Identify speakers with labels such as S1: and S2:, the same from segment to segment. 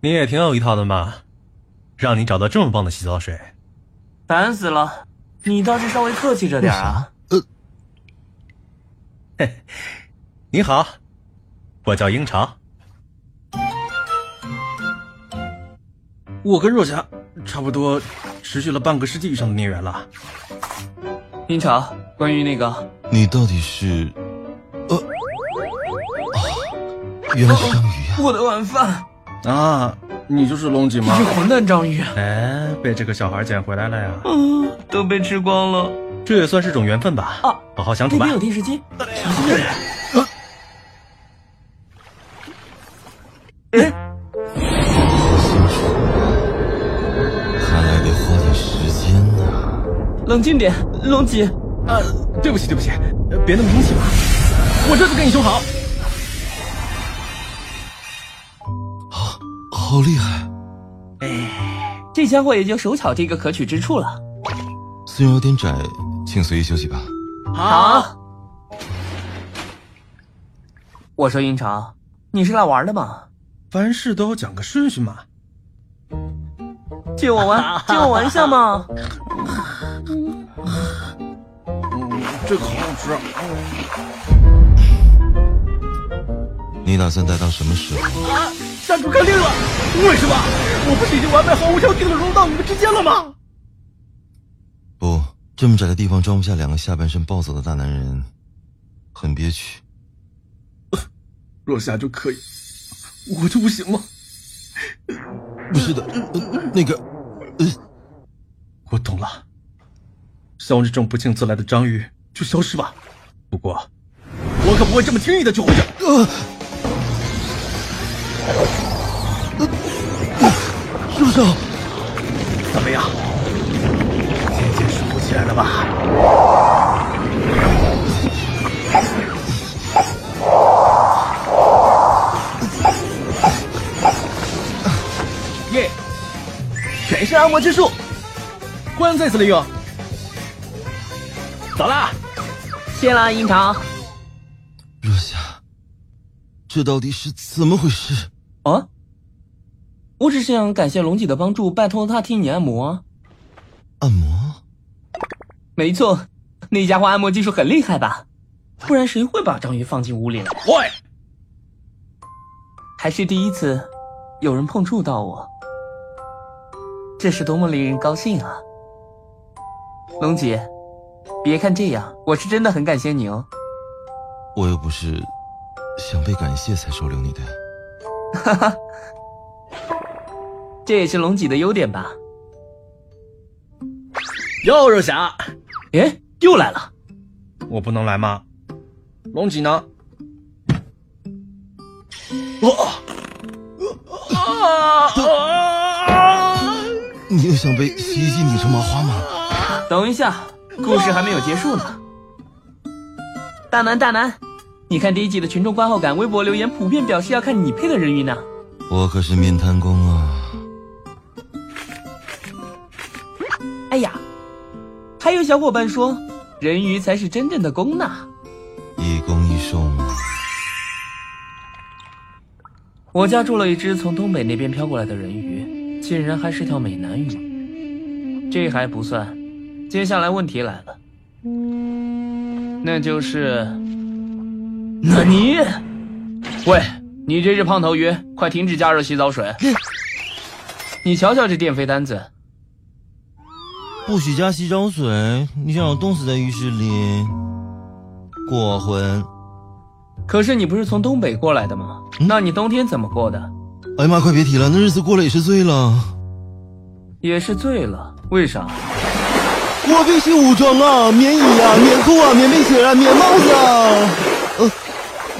S1: 你也挺有一套的嘛，让你找到这么棒的洗澡水，
S2: 烦死了！你倒是稍微客气着点啊。
S1: 你好，我叫英潮。
S3: 我跟若霞差不多持续了半个世纪以上的孽缘了。
S2: 英潮，关于那个，
S4: 你到底是……呃，啊，原来是章鱼呀、
S2: 哦我的晚饭，
S3: 啊，你就是龙井吗
S2: 你？混蛋章鱼，啊
S1: 哎，被这个小孩捡回来了呀，
S2: 嗯，都被吃光了。
S1: 这也算是种缘分吧。
S2: 啊
S1: 好好相处
S2: 那
S1: 吧
S2: 边。有电视机，
S4: 看来得花点时间呢、
S2: 冷静点，龙井。
S3: 啊，对不起对不起，呃别那么硬气嘛，我这就跟你修好。
S4: 好厉害！
S2: 这家伙也就手巧这个可取之处了。
S4: 虽然有点窄，请随意休息吧。
S2: 好，我说英潮，你是来玩的吗？
S3: 凡事都要讲个顺序嘛。
S2: 借我玩，借我玩一下嘛。
S3: 嗯，这个好好吃啊。
S4: 你打算待到什么时候？
S3: 杀猪看定了，为什么？我不是已经完美毫无挑剔的融入到你们之间了吗？
S4: 不，这么窄的地方装不下两个下半身暴走的大男人，很憋屈。
S3: 若霞就可以，我就不行吗？
S4: 不是的，呃、那个，呃，
S3: 我懂了，像我这种不请自来的章鱼就消失吧。不过，我可不会这么轻易的去活着。
S4: 树上
S3: 怎么样？渐渐舒服起来了吧？耶！全身按摩之术，欢迎再次利用。走啦！
S2: 谢啦，英潮。
S4: 若霞，这到底是怎么回事？
S2: 啊，我只是想感谢龙姐的帮助，拜托她替你按摩啊。
S4: 按摩？
S2: 没错，那家伙按摩技术很厉害吧？不然谁会把章鱼放进屋里来？
S3: 喂，
S2: 还是第一次有人碰触到我，这是多么令人高兴啊！龙姐，别看这样，我是真的很感谢你哦。
S4: 我又不是想被感谢才收留你的。
S2: 这也是龙姐的优点吧？
S3: 哟，若霞，
S2: 诶，哎又来了，
S3: 我不能来吗？龙脊呢？哦啊啊！
S4: 你又想被洗衣机拧成麻花吗？
S2: 等一下，故事还没有结束呢。大南，大南，你看第一集的群众观后感，微博留言普遍表示要看你配的人鱼呢。
S4: 我可是面瘫工啊！
S2: 哎呀，还有小伙伴说，人鱼才是真正的公呢。
S4: 一攻一受嘛。
S2: 我家住了一只从东北那边飘过来的人鱼，竟然还是条美男鱼。这还不算，接下来问题来了，那就是，那你，喂，你这只胖头鱼，快停止加热洗澡水！你瞧瞧这电费单子，
S4: 不许加洗澡水，你想我冻死在浴室里？过婚？
S2: 可是你不是从东北过来的吗？那你冬天怎么过的？
S4: 哎呀妈，快别提了，那日子过了也是醉了。
S2: 也是醉了，为啥？
S4: 我必须武装啊，棉衣啊，棉裤啊，棉背心啊，棉帽子啊。呃，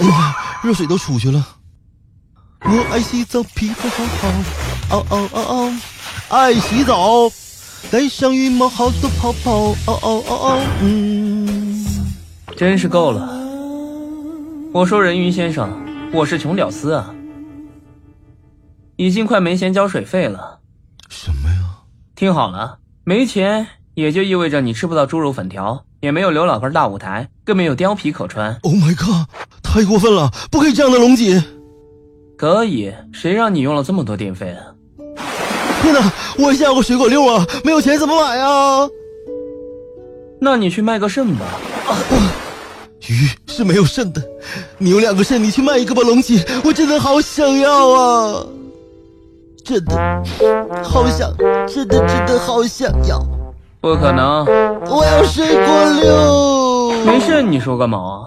S4: 哎呀，热水都出去了。我爱洗澡，皮肤好好，哦哦哦哦，爱洗澡，戴上浴帽，好多泡泡，哦哦哦哦，嗯。
S2: 真是够了！我说人鱼先生，我是穷屌丝啊，已经快没钱交水费了。
S4: 什么呀？
S2: 听好了，没钱也就意味着你吃不到猪肉粉条，也没有刘老根大舞台，更没有貂皮可穿。
S4: Oh my god！太过分了，不可以这样的龙姐。
S2: 可以，谁让你用了这么多电费啊？
S4: 天哪，我想要个水果六啊，没有钱怎么买啊呀？
S2: 那你去卖个肾吧。
S4: 鱼是没有肾的，你有两个肾，你去卖一个吧，龙姐，我真的好想要啊！真的，好想，真的真的好想要，
S2: 不可能，
S4: 我要水果六。
S2: 没肾你说个毛啊？